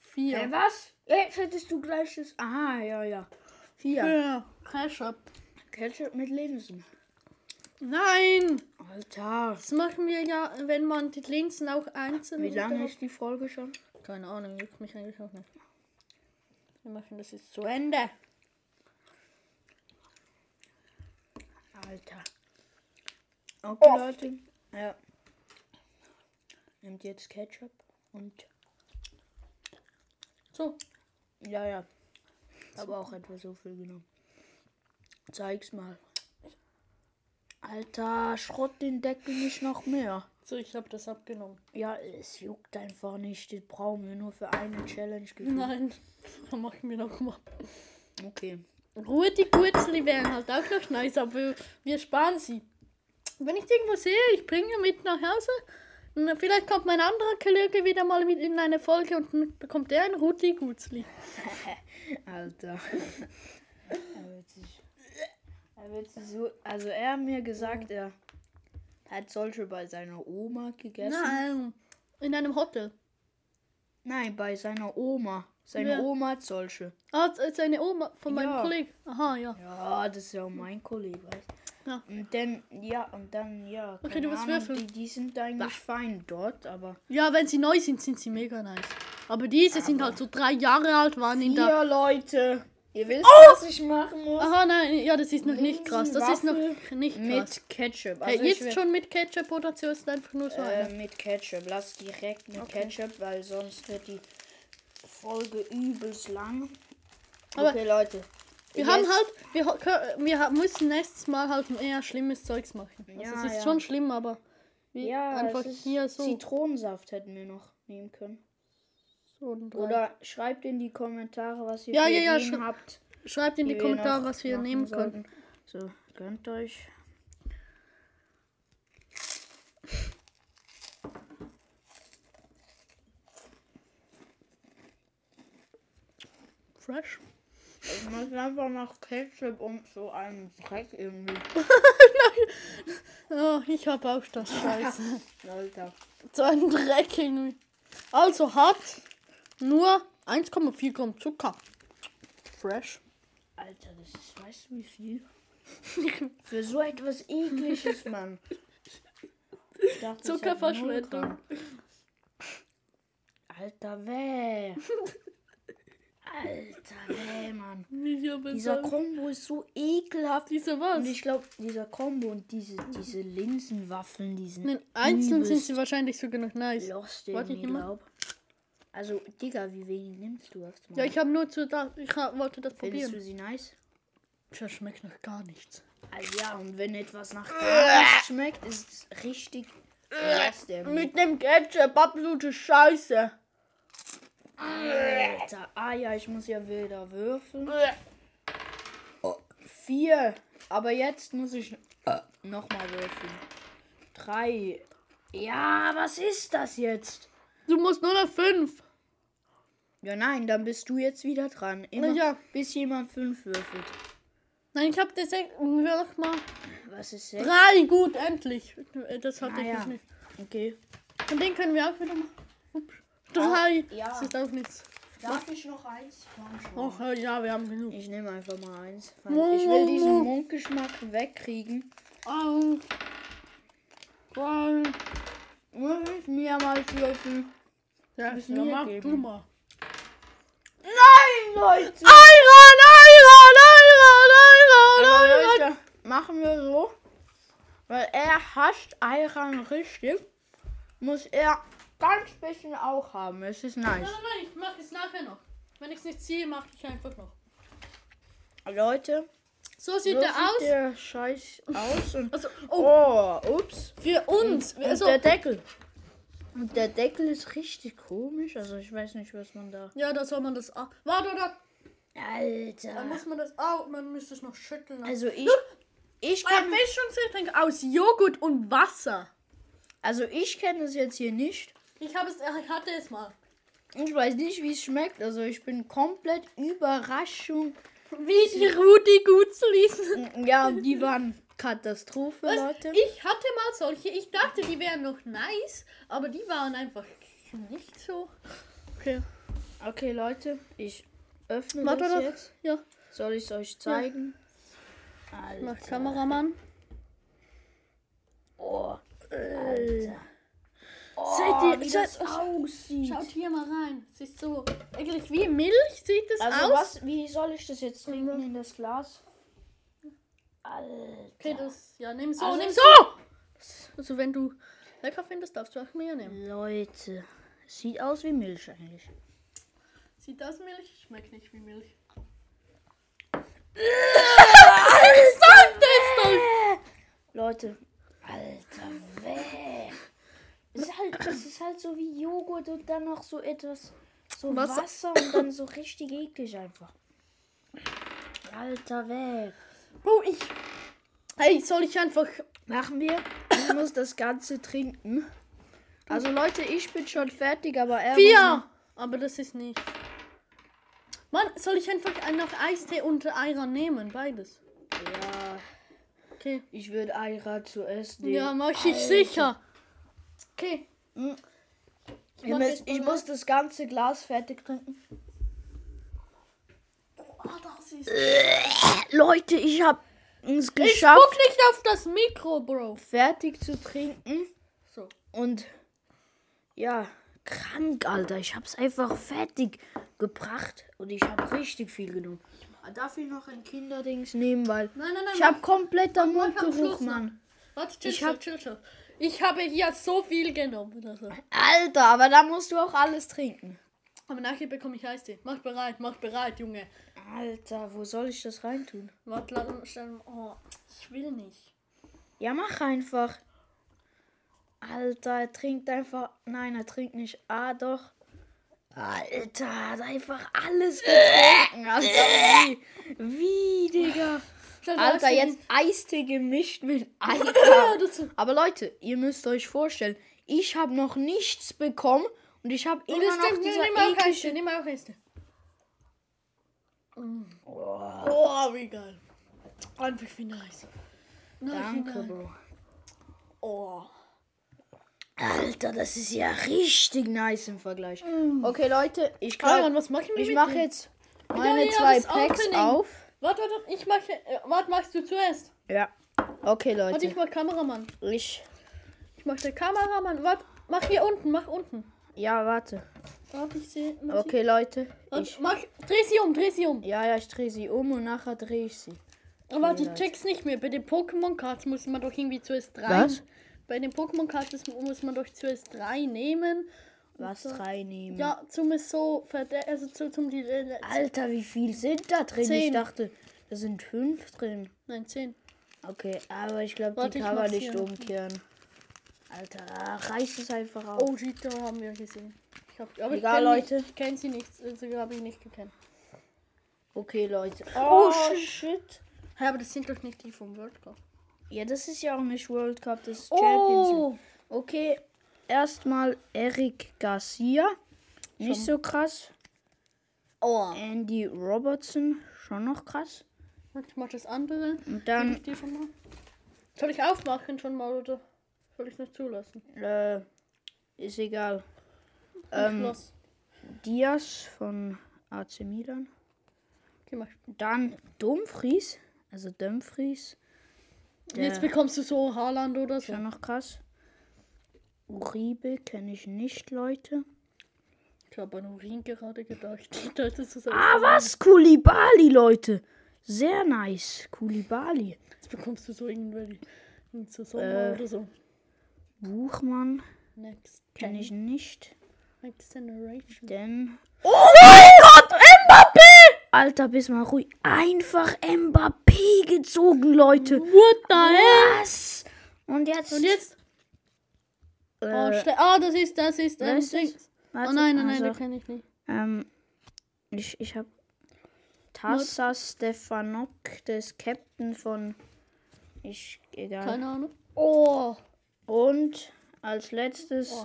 Speaker 1: Vier.
Speaker 2: Äh, was? Jetzt hättest du gleich das. Aha, ja, ja. Vier.
Speaker 1: Für Ketchup.
Speaker 2: Ketchup mit Linsen.
Speaker 1: Nein!
Speaker 2: Alter.
Speaker 1: Das machen wir ja, wenn man die Linsen auch einzeln.
Speaker 2: Wie lange
Speaker 1: unterhalb-
Speaker 2: ist die Folge schon?
Speaker 1: Keine Ahnung, juckt mich eigentlich auch nicht. Wir machen das jetzt zu Ende.
Speaker 2: Alter. Okay,
Speaker 1: Oh.
Speaker 2: Leute. Ja. Nimmt jetzt Ketchup und.
Speaker 1: So.
Speaker 2: Ja, ja. Aber auch etwas so viel genommen. Zeig's mal. Alter, schrott den Deckel nicht noch mehr.
Speaker 1: So, ich habe das abgenommen.
Speaker 2: Ja, es juckt einfach nicht. Das brauchen wir nur für eine Challenge. gefühlt.
Speaker 1: Nein, dann machen wir noch mal.
Speaker 2: Okay.
Speaker 1: Ruhe, die Gurzli wären halt auch noch nice, aber wir sparen sie. Wenn ich die irgendwo sehe, ich bringe mit nach Hause. Und dann vielleicht kommt mein anderer Kollege wieder mal mit in eine Folge und dann bekommt der ein Ruti Gutzli.
Speaker 2: Alter. er wird sich. Er wird sich so. Also, er hat mir gesagt, er hat solche bei seiner Oma gegessen.
Speaker 1: Nein. In einem Hotel.
Speaker 2: Nein, bei seiner Oma. Seine
Speaker 1: Ja.
Speaker 2: Oma hat solche.
Speaker 1: Ah, es ist eine Oma von meinem
Speaker 2: Ja.
Speaker 1: Kollegen. Aha, ja.
Speaker 2: Ja, das ist ja auch mein Kollege, weißt
Speaker 1: Ja.
Speaker 2: Und dann, ja, und dann, ja.
Speaker 1: Okay,
Speaker 2: keine
Speaker 1: du musst
Speaker 2: Ahnung,
Speaker 1: würfeln.
Speaker 2: Die, die sind eigentlich fein dort, aber.
Speaker 1: Ja, wenn sie neu sind, sind sie mega nice. Aber diese sind halt so drei Jahre alt, waren in der.
Speaker 2: Ja, Leute. Ihr wisst, was ich machen muss.
Speaker 1: Oh! Aha, nein, ja, das ist noch nicht krass. Das ist noch
Speaker 2: Linsenwaffel
Speaker 1: nicht krass.
Speaker 2: Hm, Mit Ketchup. Also
Speaker 1: Hey,
Speaker 2: ich
Speaker 1: jetzt
Speaker 2: werd-
Speaker 1: schon mit Ketchup oder zuerst einfach nur so
Speaker 2: Äh,
Speaker 1: eine?
Speaker 2: mit Ketchup. Lass direkt mit
Speaker 1: Okay.
Speaker 2: Ketchup, weil sonst wird die Folge übelst lang.
Speaker 1: Aber-
Speaker 2: okay, Leute.
Speaker 1: Wir
Speaker 2: jetzt-
Speaker 1: haben halt, wir, ho- kö- wir ha- müssen nächstes Mal halt eher schlimmes Zeugs machen. Also es
Speaker 2: Ja,
Speaker 1: ist
Speaker 2: ja.
Speaker 1: schon schlimm, aber wie
Speaker 2: ja,
Speaker 1: einfach
Speaker 2: es ist
Speaker 1: hier so.
Speaker 2: Zitronensaft hätten wir noch nehmen können.
Speaker 1: so und rein.
Speaker 2: Oder schreibt in die Kommentare, was ihr
Speaker 1: Ja,
Speaker 2: für
Speaker 1: ja, ja,
Speaker 2: Ideen
Speaker 1: schr-
Speaker 2: habt.
Speaker 1: Schreibt in die
Speaker 2: die wir
Speaker 1: Kommentare,
Speaker 2: noch
Speaker 1: was wir
Speaker 2: machen
Speaker 1: nehmen
Speaker 2: sollten.
Speaker 1: könnten.
Speaker 2: So, gönnt euch.
Speaker 1: Fresh.
Speaker 2: Ich muss einfach nach Ketchup und so einem Dreck irgendwie.
Speaker 1: Oh, ich habe auch das Scheiße.
Speaker 2: Alter.
Speaker 1: so ein Dreck irgendwie. Also hat nur 1,4 Gramm Zucker. Fresh.
Speaker 2: Alter, das ist, weißt du wie viel? Für so etwas ekliges, Mann. Ich dachte, es hat
Speaker 1: Zuckerverschwendung.
Speaker 2: null Gramm. Alter, weh. Alter, weh, Mann. Dieser Kombo ist so ekelhaft.
Speaker 1: Diese was?
Speaker 2: Und ich glaube, dieser Kombo und diese, diese Linsenwaffeln, die sind
Speaker 1: Nein, einzeln sind
Speaker 2: übelst
Speaker 1: sie wahrscheinlich sogar noch nice.
Speaker 2: lost
Speaker 1: Wollte
Speaker 2: irgendwie,
Speaker 1: ich immer-
Speaker 2: glaub. Also, Digga, wie wenig nimmst du erstmal?
Speaker 1: Ja, ich habe nur zu da, ich hab, wollte das
Speaker 2: Findest du
Speaker 1: probieren.
Speaker 2: sie nice?
Speaker 1: Das schmeckt noch gar nichts.
Speaker 2: Also ja, und wenn etwas nach gar
Speaker 1: Äh.
Speaker 2: nichts schmeckt, ist es richtig krass, der Mist.
Speaker 1: dem Ketchup absolute Scheiße.
Speaker 2: Alter. Ah ja, ich muss ja wieder würfeln.
Speaker 1: Äh.
Speaker 2: Vier. Aber jetzt muss ich
Speaker 1: Äh.
Speaker 2: nochmal würfeln. Drei. Ja, was ist das jetzt?
Speaker 1: Du musst nur noch fünf.
Speaker 2: Ja, nein, dann bist du jetzt wieder dran. Immer
Speaker 1: Na ja.
Speaker 2: bis jemand fünf würfelt.
Speaker 1: Nein, ich habe das noch mal
Speaker 2: Was ist jetzt?
Speaker 1: drei gut endlich. Äh, Das hatte
Speaker 2: Ah,
Speaker 1: ich
Speaker 2: ja.
Speaker 1: noch nicht.
Speaker 2: Okay.
Speaker 1: Und den können wir auch wieder machen. Ups. Drei.
Speaker 2: Ah, ja.
Speaker 1: Das ist auch nichts.
Speaker 2: Darf ich noch eins? Komm
Speaker 1: Och,
Speaker 2: schon.
Speaker 1: äh, ja, wir haben genug.
Speaker 2: Ich nehme einfach mal eins.
Speaker 1: Mu,
Speaker 2: Weil ich
Speaker 1: mu,
Speaker 2: will diesen
Speaker 1: mu.
Speaker 2: Mundgeschmack wegkriegen.
Speaker 1: Eins, zwei,
Speaker 2: Muss ich mehrmals würfeln.
Speaker 1: ja,
Speaker 2: Müssen
Speaker 1: ja,
Speaker 2: wir
Speaker 1: mach
Speaker 2: geben.
Speaker 1: du mal.
Speaker 2: Nein, Leute!
Speaker 1: Iron, Iron, Iron, Iron,
Speaker 2: Aber Also, Leute, machen wir so. Weil er hasst Ayran richtig. Muss er ganz bisschen auch haben. Es ist nice.
Speaker 1: Nein, nein, ich mache es nachher noch. Wenn ich es nicht ziehe, mache ich einfach noch.
Speaker 2: Leute,
Speaker 1: So sieht
Speaker 2: so
Speaker 1: er aus.
Speaker 2: der Scheiß aus. Und
Speaker 1: also, oh,
Speaker 2: oh, ups.
Speaker 1: für uns.
Speaker 2: Und
Speaker 1: Also,
Speaker 2: der Deckel. Und der Deckel ist richtig komisch. Also ich weiß nicht, was man da...
Speaker 1: ja, da soll man das. au- Warte, oder? Da
Speaker 2: Alter.
Speaker 1: muss man das auch. Man müsste es noch schütteln.
Speaker 2: Also ich... Ich
Speaker 1: ein
Speaker 2: kann,
Speaker 1: Mischungsgetränk aus Joghurt und Wasser.
Speaker 2: also ich kenne es jetzt hier nicht.
Speaker 1: Ich habe es, ich hatte es mal.
Speaker 2: Ich weiß nicht, wie es schmeckt. Also ich bin komplett Überraschung. Mm,
Speaker 1: Wie die Rudi gut zu lesen.
Speaker 2: Ja, die waren Katastrophe, Leute.
Speaker 1: Ich hatte mal solche. Ich dachte, die wären noch nice, aber die waren einfach nicht so. Okay.
Speaker 2: Okay, Leute, ich öffne
Speaker 1: Warte,
Speaker 2: das
Speaker 1: warte.
Speaker 2: jetzt.
Speaker 1: Ja.
Speaker 2: Soll ich es euch zeigen?
Speaker 1: Mach
Speaker 2: Alter.
Speaker 1: Kameramann.
Speaker 2: Oh, Alter. Oh,
Speaker 1: Seid ihr-
Speaker 2: wie
Speaker 1: seid-
Speaker 2: das aussieht.
Speaker 1: Schaut hier mal rein. Es ist so eigentlich wie Milch sieht es
Speaker 2: also
Speaker 1: aus.
Speaker 2: was, wie soll ich das jetzt trinken in das Glas? Alter.
Speaker 1: Okay, das. Ja, nimm so,
Speaker 2: Also
Speaker 1: nimm
Speaker 2: es-
Speaker 1: so! Also wenn du lecker findest, darfst du auch mehr nehmen.
Speaker 2: Leute, sieht aus wie Milch eigentlich.
Speaker 1: Sieht das Milch? Schmeckt nicht wie Milch.
Speaker 2: Leute. Alter, weh. Ist halt, das ist halt so wie Joghurt und dann noch so etwas, so
Speaker 1: Wasser.
Speaker 2: Wasser, und dann so richtig eklig einfach. Alter, weh.
Speaker 1: Oh, ich. Hey, soll ich einfach.
Speaker 2: Machen wir. Ich muss das Ganze trinken. Also Leute, ich bin schon fertig, aber er
Speaker 1: Vier! Aber das ist nichts. Mann, soll ich einfach ein- noch Eistee und Eiran nehmen? Beides.
Speaker 2: muss noch- Ja,
Speaker 1: Okay.
Speaker 2: ich würde Aira zuerst nehmen.
Speaker 1: Ja, mach ich sicher. Okay.
Speaker 2: Mm.
Speaker 1: Ich
Speaker 2: ich,
Speaker 1: mach
Speaker 2: muss,
Speaker 1: jetzt
Speaker 2: ich
Speaker 1: mal-
Speaker 2: muss das ganze Glas fertig trinken.
Speaker 1: Ah, das ist.
Speaker 2: Äh, Leute, ich habe es
Speaker 1: Ich guck nicht auf das Mikro, Bro.
Speaker 2: fertig zu trinken.
Speaker 1: So.
Speaker 2: Und ja, krank, Alter. Ich hab's einfach fertig gebracht und ich hab richtig viel genommen. Darf ich noch ein Kinderdings nehmen, weil
Speaker 1: Nein, nein, nein.
Speaker 2: ich hab kompletter
Speaker 1: mach am Schluss noch.
Speaker 2: Mundgeruch, Mann.
Speaker 1: Warte, chill,
Speaker 2: Ich
Speaker 1: chill,
Speaker 2: hab-
Speaker 1: chill, chill. Ich habe hier so viel genommen. Also.
Speaker 2: Alter, aber da musst du auch alles trinken.
Speaker 1: Aber nachher bekomme ich Eistee. Mach bereit, mach bereit, Junge.
Speaker 2: Alter, wo soll ich das reintun?
Speaker 1: Warte, lass stellen. Oh, ich will nicht.
Speaker 2: Ja, mach einfach. Alter, er trinkt einfach. Nein, er trinkt nicht. Ah, doch. Alter, er hat einfach alles getrunken. Alter, wie? Wie, Digga?
Speaker 1: Stell dir
Speaker 2: Alter,
Speaker 1: Eistee
Speaker 2: jetzt
Speaker 1: hin.
Speaker 2: Eistee gemischt mit
Speaker 1: Ja,
Speaker 2: Eier.
Speaker 1: dazu.
Speaker 2: Aber Leute, ihr müsst euch vorstellen, ich habe noch nichts bekommen und ich habe
Speaker 1: Und
Speaker 2: immer
Speaker 1: das
Speaker 2: noch
Speaker 1: stimmt, nimm,
Speaker 2: dieser
Speaker 1: nimm auch
Speaker 2: eklige...
Speaker 1: Eistee, nimm auch Eistee.
Speaker 2: Oh,
Speaker 1: Oh, wie geil. Einfach wie nice. Nein,
Speaker 2: danke,
Speaker 1: wie nice.
Speaker 2: Bro.
Speaker 1: Oh.
Speaker 2: Alter, das ist ja richtig nice im Vergleich. Okay, Leute, ich
Speaker 1: Aaron,
Speaker 2: glaube,
Speaker 1: Mm. was machen wir
Speaker 2: ich
Speaker 1: mit
Speaker 2: mache
Speaker 1: dem?
Speaker 2: jetzt meine
Speaker 1: ja,
Speaker 2: zwei
Speaker 1: das
Speaker 2: Packs
Speaker 1: Opening.
Speaker 2: auf.
Speaker 1: Warte, warte, ich mache. Äh, warte, machst du zuerst?
Speaker 2: Ja. Okay,
Speaker 1: Warte, ich
Speaker 2: Leute.
Speaker 1: mach Kameramann.
Speaker 2: Ich.
Speaker 1: Ich mach der Kameramann. Warte, mach hier unten, mach unten.
Speaker 2: Ja, warte.
Speaker 1: Warte, ich sehe.
Speaker 2: Okay, Leute.
Speaker 1: Warte,
Speaker 2: Ich.
Speaker 1: mach, dreh sie um, dreh sie um.
Speaker 2: Ja, ja, ich drehe sie um und nachher drehe ich sie.
Speaker 1: Warte, ich check's nicht mehr. Bei den Pokémon-Cards muss man doch irgendwie zuerst drei.
Speaker 2: Was?
Speaker 1: Bei den Pokémon-Cards muss man doch zuerst drei nehmen.
Speaker 2: Was reinnehmen?
Speaker 1: Ja, zum es so verde also zu, zum die äh, le-
Speaker 2: Alter, wie viel sind da drin? Ich
Speaker 1: Zehn.
Speaker 2: dachte, da sind fünf drin.
Speaker 1: Nein, zehn.
Speaker 2: Okay, aber ich glaube,
Speaker 1: Warte,
Speaker 2: die
Speaker 1: ich
Speaker 2: kann man
Speaker 1: mach's
Speaker 2: nicht
Speaker 1: hier.
Speaker 2: umkehren. Alter, reiß es einfach auf.
Speaker 1: Oh shit, da haben wir gesehen. Ich hab, aber
Speaker 2: Egal,
Speaker 1: ich kenn
Speaker 2: Leute.
Speaker 1: Nicht, ich kenn sie nicht, also habe ich nicht gekannt.
Speaker 2: Okay, Leute.
Speaker 1: Oh,
Speaker 2: shit.
Speaker 1: Hä, aber das sind doch nicht die vom World Cup.
Speaker 2: Ja, das ist ja auch nicht World Cup, das ist Champions League.
Speaker 1: Oh!
Speaker 2: Okay, erstmal Eric Garcia. Nicht so krass.
Speaker 1: oh.
Speaker 2: Andy Robertson, schon noch krass.
Speaker 1: Und ich mach das andere.
Speaker 2: Und
Speaker 1: Soll
Speaker 2: dann
Speaker 1: ich die schon mal? Soll ich aufmachen schon mal oder soll ich noch zulassen?
Speaker 2: äh, ist egal.
Speaker 1: Ähm.
Speaker 2: Ähm,
Speaker 1: Schloss.
Speaker 2: Diaz von AC Milan.
Speaker 1: Okay, mach.
Speaker 2: Dann Dumfries, also Dumfries,
Speaker 1: Jetzt bekommst du so Haaland oder so.
Speaker 2: schon noch krass. Uribe kenne ich nicht, Leute.
Speaker 1: Ich habe an Urin gerade gedacht. Die Leute so sagen,
Speaker 2: Ah, was? Kulibali, Leute. Sehr nice. Kulibali.
Speaker 1: Jetzt bekommst du so irgendwelche irgend so Sommer
Speaker 2: Äh.
Speaker 1: oder so.
Speaker 2: Buchmann
Speaker 1: Next.
Speaker 2: kenne ich nicht.
Speaker 1: Next Generation.
Speaker 2: Denn. Oh mein Gott, Mbappé! Alter, bist mal ruhig. Einfach Mbappé gezogen, Leute.
Speaker 1: What the hell?
Speaker 2: Was? Und jetzt.
Speaker 1: Und jetzt? Oh,
Speaker 2: Äh,
Speaker 1: schle- ah, das ist, das ist,
Speaker 2: wer
Speaker 1: ähm,
Speaker 2: ist das?
Speaker 1: Dings.
Speaker 2: warte,
Speaker 1: Oh nein, nein, nein,
Speaker 2: also-
Speaker 1: den kenne ich nicht.
Speaker 2: Ähm, ich ich habe Tassa Stefanok, des Captain von. Ich, egal.
Speaker 1: Keine Ahnung. Oh,
Speaker 2: Und als letztes.
Speaker 1: Oh.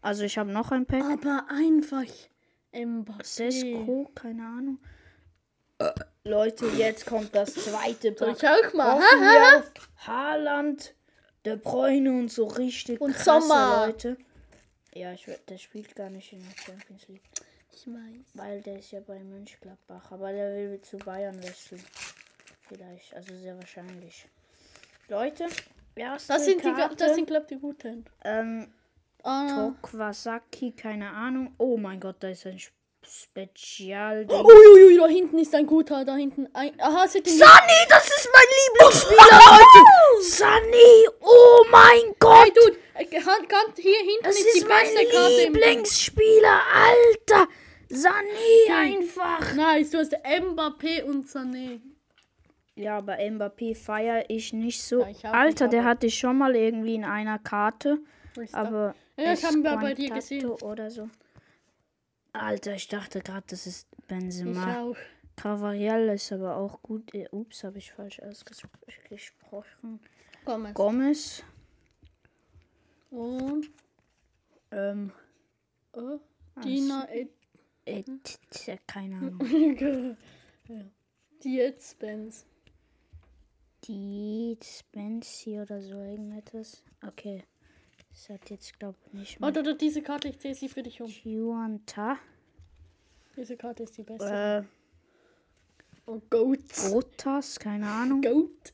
Speaker 1: Ah,
Speaker 2: Also, ich habe noch ein Pack.
Speaker 1: aber einfach Mbappé.
Speaker 2: Sesko, keine Ahnung. Äh, Leute, jetzt kommt das zweite
Speaker 1: Soll
Speaker 2: Pack.
Speaker 1: ich auch mal?
Speaker 2: Hoffen
Speaker 1: Ha,
Speaker 2: wir auf Haaland, De Bruyne und so richtig
Speaker 1: Und
Speaker 2: krasse
Speaker 1: Sommer.
Speaker 2: Leute. Ja, ich, wett- der spielt gar nicht in der Champions League.
Speaker 1: Ich weiß.
Speaker 2: Weil der ist ja bei Mönchengladbach, aber der will zu Bayern wechseln. Vielleicht, also sehr wahrscheinlich. Leute, erste
Speaker 1: Das sind, die,
Speaker 2: Karte,
Speaker 1: das sind, glaube ich, die guten.
Speaker 2: ähm,
Speaker 1: Ah.
Speaker 2: Tokwasaki, keine Ahnung. Oh mein Gott, da ist ein Sp- Spezial.
Speaker 1: Uiuiui, da hinten ist ein guter, da hinten. Ein, aha, seht ihr nicht?
Speaker 2: Sani, das ist mein Lieblingsspieler, Leute. Sani, oh mein
Speaker 1: Hey,
Speaker 2: Gott.
Speaker 1: Dude, äh, Hand, Hand, hier hinten
Speaker 2: Das
Speaker 1: ist die
Speaker 2: ist mein
Speaker 1: beste Karte im Team.
Speaker 2: Lieblingsspieler, Alter. Sani einfach.
Speaker 1: Nice, du hast Mbappé und Sané.
Speaker 2: Ja, aber Mbappé feiere ich nicht so.
Speaker 1: Ja, ich auch,
Speaker 2: Alter,
Speaker 1: ich auch.
Speaker 2: der hatte ich schon mal irgendwie in einer Karte.
Speaker 1: Ich
Speaker 2: Aber.
Speaker 1: Ja, ich hab ihn bei- bei dir
Speaker 2: Esquantato
Speaker 1: gesehen.
Speaker 2: Oder so. Alter, ich dachte gerade, das ist
Speaker 1: ich
Speaker 2: Benzema.
Speaker 1: auch.
Speaker 2: Cavarial ist aber auch gut. Äh, Ups, habe ich falsch ausgesprochen.
Speaker 1: Komm jetzt.
Speaker 2: Gomez.
Speaker 1: Und
Speaker 2: Ähm.
Speaker 1: äh, Dina
Speaker 2: Äh,
Speaker 1: Mhm.
Speaker 2: t- t- keine Ahnung.
Speaker 1: Edge. ja. Die jetzt Benz.
Speaker 2: Hm. Die Spency oder so irgendetwas. Okay. Das hat jetzt, glaube ich, nicht mehr.
Speaker 1: Warte, oder diese Karte, ich zähle sie für dich um.
Speaker 2: Juan Ta.
Speaker 1: Diese Karte ist die beste.
Speaker 2: Äh,
Speaker 1: Oh, Goat.
Speaker 2: Rotas, keine Ahnung.
Speaker 1: Goat.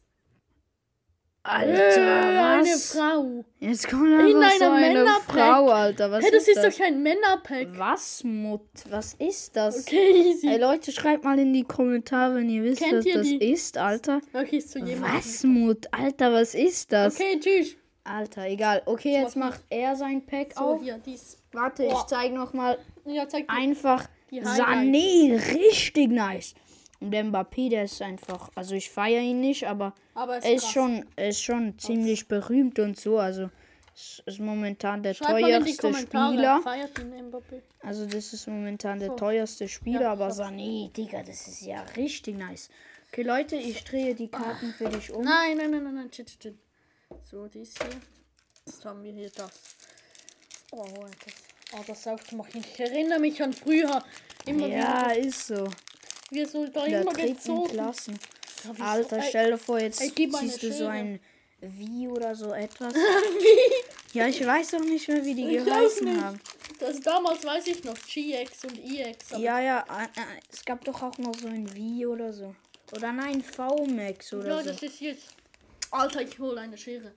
Speaker 1: Äh,
Speaker 2: Alter,
Speaker 1: eine
Speaker 2: was?
Speaker 1: Frau.
Speaker 2: Jetzt kommt einfach In
Speaker 1: einer
Speaker 2: so eine
Speaker 1: Männerpack.
Speaker 2: Frau, Alter. Was
Speaker 1: Hä, das
Speaker 2: ist
Speaker 1: ist doch kein Männerpack.
Speaker 2: Was, Mut? Was ist das?
Speaker 1: Okay, easy.
Speaker 2: Ey, Leute, schreibt mal in die Kommentare, wenn ihr wisst,
Speaker 1: Kennt
Speaker 2: was
Speaker 1: ihr
Speaker 2: das
Speaker 1: die-
Speaker 2: ist, Alter.
Speaker 1: Okay, ist zu jemandem.
Speaker 2: Was, Mut? Alter, was ist das?
Speaker 1: Okay, tschüss.
Speaker 2: Alter, egal. Okay, jetzt
Speaker 1: mach
Speaker 2: macht er sein Pack
Speaker 1: So,
Speaker 2: auf.
Speaker 1: Oh, hier, dies.
Speaker 2: Warte, ich zeig noch mal
Speaker 1: Ja, zeig dir.
Speaker 2: einfach
Speaker 1: Die
Speaker 2: Sané richtig nice. Und der Mbappé, der ist einfach, also ich feiere ihn nicht, aber
Speaker 1: Aber
Speaker 2: er ist
Speaker 1: krass.
Speaker 2: schon, er ist schon ziemlich berühmt und so. Also es ist momentan der
Speaker 1: Schreibt mal in die
Speaker 2: teuerste
Speaker 1: Kommentare.
Speaker 2: Spieler.
Speaker 1: Feiert ihn Mbappé.
Speaker 2: Also das ist momentan der teuerste Spieler,
Speaker 1: Ja,
Speaker 2: aber
Speaker 1: ich hab's.
Speaker 2: Sané, Digga, das ist ja richtig nice. Okay, Leute, ich drehe die Karten für dich um.
Speaker 1: Ah. Nein, nein, nein, nein, nein, shit, shit, shit. So, dies hier. Jetzt haben wir hier das. Oh, das, oh, das aufzumachen. Ich erinnere mich an früher. Immer wieder.
Speaker 2: Ja, ist so.
Speaker 1: Wir sind da
Speaker 2: der
Speaker 1: immer
Speaker 2: dritten
Speaker 1: gezogen.
Speaker 2: Klasse.
Speaker 1: Ja, wieso?
Speaker 2: Alter,
Speaker 1: Ey,
Speaker 2: stell dir vor, jetzt
Speaker 1: ey, gib mal eine
Speaker 2: ziehst du so
Speaker 1: Schere.
Speaker 2: ein Wie oder so etwas.
Speaker 1: äh,
Speaker 2: ja, ich weiß auch nicht mehr, wie die
Speaker 1: Ich auch nicht.
Speaker 2: geheißen haben.
Speaker 1: Das damals weiß ich noch GX und EX. aber-
Speaker 2: Ja, ja, äh, äh, es gab doch auch noch so ein Wie oder so. Oder nein, VMAX oder
Speaker 1: ja
Speaker 2: so.
Speaker 1: das ist jetzt. Alter, ich hole eine Schere.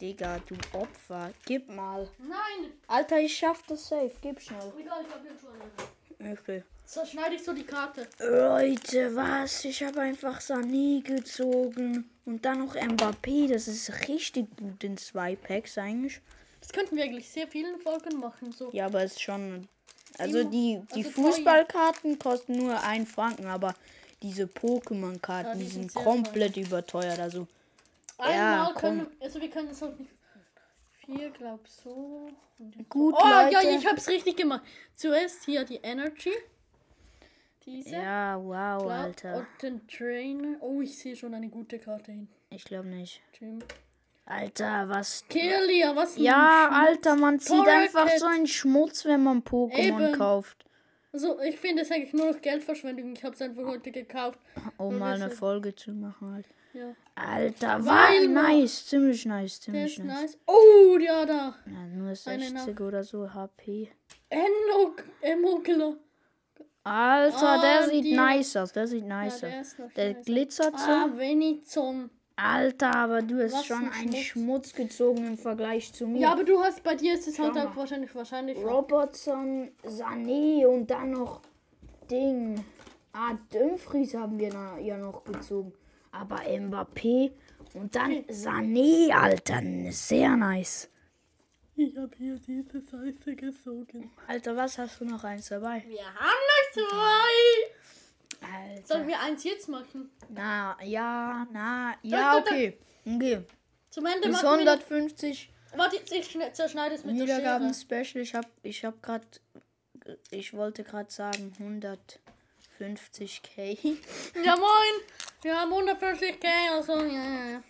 Speaker 2: Digga, du Opfer. Gib mal.
Speaker 1: Nein!
Speaker 2: Alter, ich schaff das safe. Gib schnell.
Speaker 1: Egal, ich hab jetzt schon eine.
Speaker 2: Okay.
Speaker 1: Zerschneide ich so die Karte.
Speaker 2: Leute, was? Ich habe einfach Sané gezogen. Und dann noch Mbappé. Das ist richtig gut in zwei Packs eigentlich.
Speaker 1: Das könnten wir eigentlich sehr vielen Folgen machen. So.
Speaker 2: Ja, aber ist schon. Also
Speaker 1: mu-
Speaker 2: die, die
Speaker 1: also teuer.
Speaker 2: Fußballkarten kosten nur einen Franken, aber diese Pokémon-Karten,
Speaker 1: Ja, die
Speaker 2: die
Speaker 1: sind
Speaker 2: sind
Speaker 1: sehr
Speaker 2: komplett überteuert. Also
Speaker 1: Einmal
Speaker 2: komm.
Speaker 1: können. Also wir können es auch nicht. Vier, glaub so. Und jetzt
Speaker 2: Gut,
Speaker 1: so. Oh ja,
Speaker 2: Leute.
Speaker 1: ich hab's richtig gemacht. Zuerst hier die Energy. Diese.
Speaker 2: ja, wow,
Speaker 1: Bla-
Speaker 2: Alter.
Speaker 1: Und den Trainer. Oh, ich sehe schon eine gute Karte hin.
Speaker 2: Ich glaube nicht.
Speaker 1: Jim.
Speaker 2: Alter, was?
Speaker 1: Kirlia, was ein
Speaker 2: Ja,
Speaker 1: Schmutz.
Speaker 2: Alter, man zieht
Speaker 1: Torracket.
Speaker 2: einfach so einen Schmutz, wenn man Pokémon
Speaker 1: Eben.
Speaker 2: kauft.
Speaker 1: Also, ich finde es eigentlich nur noch Geldverschwendung. Ich hab's einfach heute gekauft.
Speaker 2: Um mal eine
Speaker 1: bisschen.
Speaker 2: Folge zu machen halt.
Speaker 1: Ja.
Speaker 2: Alter,
Speaker 1: Weil
Speaker 2: weil
Speaker 1: man-
Speaker 2: nice, ziemlich nice,
Speaker 1: Der
Speaker 2: ziemlich
Speaker 1: ist
Speaker 2: nice.
Speaker 1: nice. Oh, ja, da.
Speaker 2: Ja, nur
Speaker 1: Eine nach-
Speaker 2: 60 oder so HP.
Speaker 1: Enno, Emokler.
Speaker 2: Alter,
Speaker 1: Ah,
Speaker 2: der sieht
Speaker 1: die-
Speaker 2: nice aus, der sieht nice
Speaker 1: Ja,
Speaker 2: aus.
Speaker 1: der ist noch
Speaker 2: Der
Speaker 1: nice.
Speaker 2: glitzert so.
Speaker 1: Ah, Venizon.
Speaker 2: Alter, aber du hast
Speaker 1: Was
Speaker 2: schon
Speaker 1: für
Speaker 2: einen
Speaker 1: Schmutz.
Speaker 2: Schmutz gezogen im Vergleich zu mir.
Speaker 1: Ja, aber du hast bei dir ist es halt
Speaker 2: mal.
Speaker 1: auch wahrscheinlich wahrscheinlich.
Speaker 2: Robertson, Sané und dann noch Ding. Ah, Dumfries haben wir na, ja noch gezogen. Aber Mbappé und
Speaker 1: Hm.
Speaker 2: dann Sané, Alter. Sehr nice.
Speaker 1: Ich habe hier diese Seite gesogen.
Speaker 2: Alter, was hast du noch eins dabei?
Speaker 1: Wir haben noch zwei.
Speaker 2: Alter.
Speaker 1: Sollen wir eins jetzt machen?
Speaker 2: Na, ja, na,
Speaker 1: da,
Speaker 2: ja,
Speaker 1: da.
Speaker 2: okay. Okay.
Speaker 1: Zum Ende
Speaker 2: Bis
Speaker 1: machen wir. noch-
Speaker 2: 150
Speaker 1: Warte, jetzt, ich schne- zerschneide es mit der Schere.
Speaker 2: Niedergaben-Special. Ich hab, ich hab grad, ich wollte gerade sagen 150k.
Speaker 1: Ja, moin. Wir haben 140k. Also, ja, ja, ja.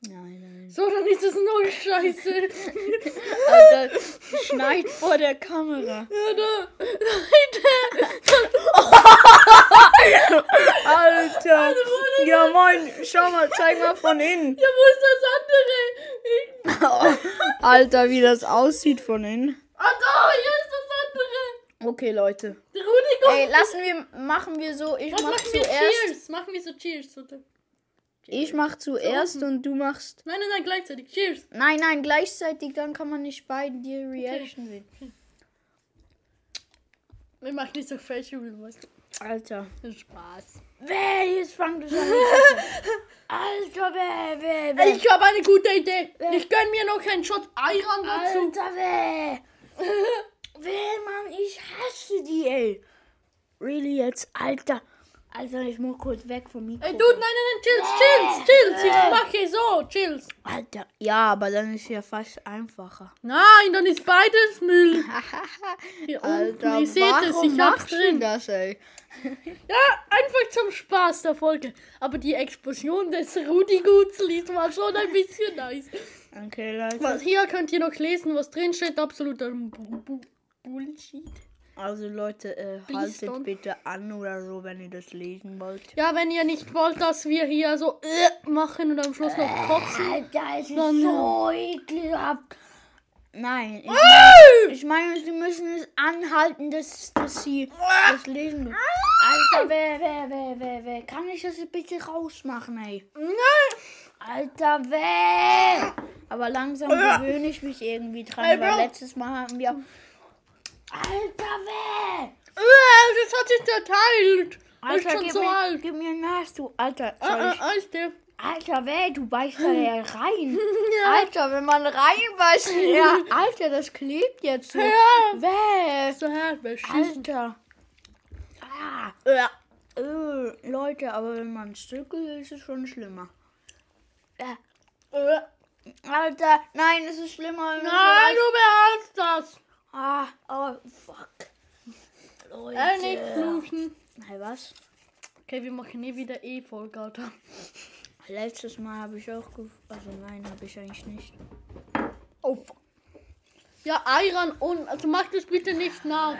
Speaker 2: Nein, nein.
Speaker 1: So, dann ist es noch scheiße.
Speaker 2: Alter, schneit vor der Kamera.
Speaker 1: ja, da.
Speaker 2: Alter. Ja, moin. Schau mal, zeig mal von innen.
Speaker 1: Ja, wo ist das andere? Ich...
Speaker 2: Alter, wie das aussieht von innen.
Speaker 1: Ah, da, hier ist das andere.
Speaker 2: Okay, Leute.
Speaker 1: Rudi, komm.
Speaker 2: Ey, lassen wir, machen wir so. Ich
Speaker 1: Was
Speaker 2: mach
Speaker 1: machen wir
Speaker 2: zuerst.
Speaker 1: Cheers? Machen wir so Cheers. Oder?
Speaker 2: Ich mach zuerst und du machst.
Speaker 1: Nein, nein, nein, gleichzeitig. Cheers.
Speaker 2: Nein, nein, gleichzeitig, dann kann man nicht beiden die Reaction sehen.
Speaker 1: Wir machen nicht so Facial, weißt du.
Speaker 2: Alter.
Speaker 1: Spaß.
Speaker 2: Wer jetzt fangt es an? Alter, wer, wer, wer?
Speaker 1: Ich habe eine gute Idee. Ich gönn mir noch einen Shot Iron dazu.
Speaker 2: Alter, wer? wer, Mann, ich hasse die, ey. Really jetzt, Alter. Alter, ich muss kurz weg vom Mikro.
Speaker 1: Ey, Dude, nein, nein, nein, chills, chills, chills.
Speaker 2: Äh.
Speaker 1: Ich mache so, chills.
Speaker 2: Alter, ja, aber dann ist ja fast einfacher.
Speaker 1: Nein, dann ist beides Müll. Hier unten, ihr seht es, ich hab's
Speaker 2: machst du
Speaker 1: drin.
Speaker 2: das, ey?
Speaker 1: Ja, einfach zum Spaß der Folge. Aber die Explosion des Rudi Gutzlis war schon ein bisschen nice.
Speaker 2: Okay, Leute.
Speaker 1: Was hier könnt ihr noch lesen, was drin steht. Absoluter Bu- Bu- Bullshit.
Speaker 2: Also, Leute, äh,
Speaker 1: Please
Speaker 2: haltet
Speaker 1: don't.
Speaker 2: bitte an oder so, wenn ihr das lesen wollt.
Speaker 1: Ja, wenn ihr nicht wollt, dass wir hier so äh, machen und am Schluss noch kotzen.
Speaker 2: Alter, es ist
Speaker 1: Dann-
Speaker 2: so ekelhaft. Nein, ich,
Speaker 1: Ah!
Speaker 2: ich meine, sie müssen es anhalten, dass, dass sie das lesen. können. Alter, wer, wer, wer, wer, wer, kann ich das bitte rausmachen, ey?
Speaker 1: Nein.
Speaker 2: Alter, wer? Aber langsam gewöhne ich mich irgendwie dran,
Speaker 1: Ey, Bro.
Speaker 2: weil letztes Mal haben wir... Alter, wer?
Speaker 1: Äh, das hat sich zerteilt. Das ist
Speaker 2: Alter,
Speaker 1: schon
Speaker 2: gib,
Speaker 1: so
Speaker 2: mir,
Speaker 1: alt.
Speaker 2: gib mir nass, du Alter. Soll
Speaker 1: Ah,
Speaker 2: ich,
Speaker 1: ah, ist der.
Speaker 2: Alter, wer? Du beißt da ja rein.
Speaker 1: Ja.
Speaker 2: Alter, wenn man reinbeißt, ja, Alter, das klebt jetzt so.
Speaker 1: Ja.
Speaker 2: Bäh.
Speaker 1: So hart, wer schießt.
Speaker 2: Alter. Ah,
Speaker 1: Ja.
Speaker 2: äh, Leute, aber wenn man Stücke ist es schon schlimmer. Äh,
Speaker 1: Äh.
Speaker 2: Alter, nein, es ist schlimmer. wenn man
Speaker 1: Nein,
Speaker 2: so
Speaker 1: du beherrschst das.
Speaker 2: rein- Ah, oh, fuck. Leute.
Speaker 1: Äh, nicht fluchen.
Speaker 2: Hey, was?
Speaker 1: Okay, wir machen nie wieder E-Folge, Alter.
Speaker 2: Letztes Mal habe ich auch gef Also nein, habe ich eigentlich nicht.
Speaker 1: Oh, fuck. Ja, Iron und. Also mach das bitte nicht nach.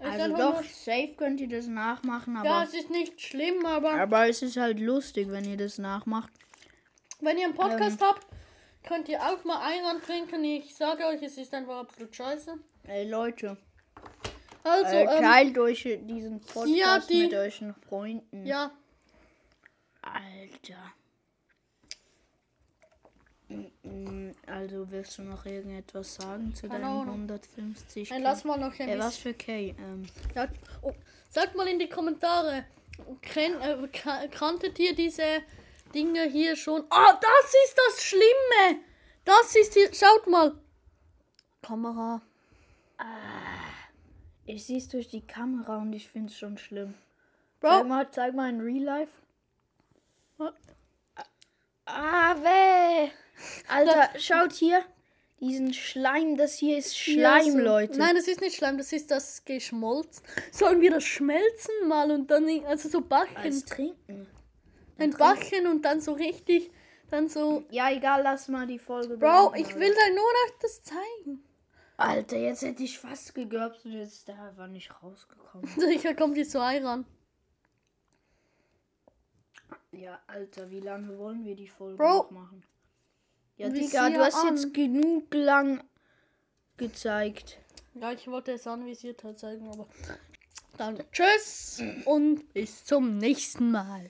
Speaker 2: Also doch, safe könnt ihr das nachmachen, aber,
Speaker 1: Ja, es ist nicht schlimm, aber
Speaker 2: aber es ist halt lustig, wenn ihr das nachmacht.
Speaker 1: wenn ihr einen Podcast habt, könnt ihr auch mal Ayran trinken. Ich sage euch, es ist einfach absolut scheiße.
Speaker 2: Ey Leute,
Speaker 1: Also,
Speaker 2: äh,
Speaker 1: ähm,
Speaker 2: teilt euch diesen
Speaker 1: ja,
Speaker 2: Podcast
Speaker 1: die-
Speaker 2: mit euren Freunden.
Speaker 1: ja,
Speaker 2: Alter. Mm, Also willst du noch irgendetwas sagen zu
Speaker 1: Keine
Speaker 2: deinen
Speaker 1: Ahnung.
Speaker 2: 150
Speaker 1: dann lass mal noch ein
Speaker 2: Ey,
Speaker 1: bisschen.
Speaker 2: was für K? Ähm,
Speaker 1: Ja, oh, sagt mal in die Kommentare, kenn, äh, ka- kanntet ihr diese Dinge hier schon? Ah, das ist das Schlimme! Das ist hier, schaut mal! Kamera.
Speaker 2: ich sehe es durch die Kamera und ich finde es schon schlimm. Zeig
Speaker 1: Bro,
Speaker 2: mal, zeig mal in Real Life.
Speaker 1: Was?
Speaker 2: Ah, weh. Alter, schaut hier. Diesen Schleim, das hier ist
Speaker 1: ja,
Speaker 2: Schleim,
Speaker 1: so-
Speaker 2: Leute.
Speaker 1: Nein, das ist nicht Schleim, das ist das Geschmolzen. Sollen wir das schmelzen mal und dann, in- also so
Speaker 2: Als
Speaker 1: backen,
Speaker 2: trinken.
Speaker 1: ein backen und dann so richtig, dann so...
Speaker 2: Ja, egal, lass mal die Folge.
Speaker 1: Bro,
Speaker 2: beenden,
Speaker 1: ich
Speaker 2: Leute.
Speaker 1: will dir nur noch das zeigen.
Speaker 2: Alter, jetzt hätte ich fast gegurbt und jetzt ist der einfach nicht rausgekommen.
Speaker 1: Sicher kommt jetzt so Iran.
Speaker 2: Ja, Alter, wie lange wollen wir die Folge
Speaker 1: Bro.
Speaker 2: noch machen? Ja,
Speaker 1: Wir
Speaker 2: Digga,
Speaker 1: sehen
Speaker 2: du hast
Speaker 1: an.
Speaker 2: jetzt genug lang gezeigt.
Speaker 1: Ja, ich wollte es anvisiert halt zeigen, aber. Dann tschüss und bis zum nächsten Mal.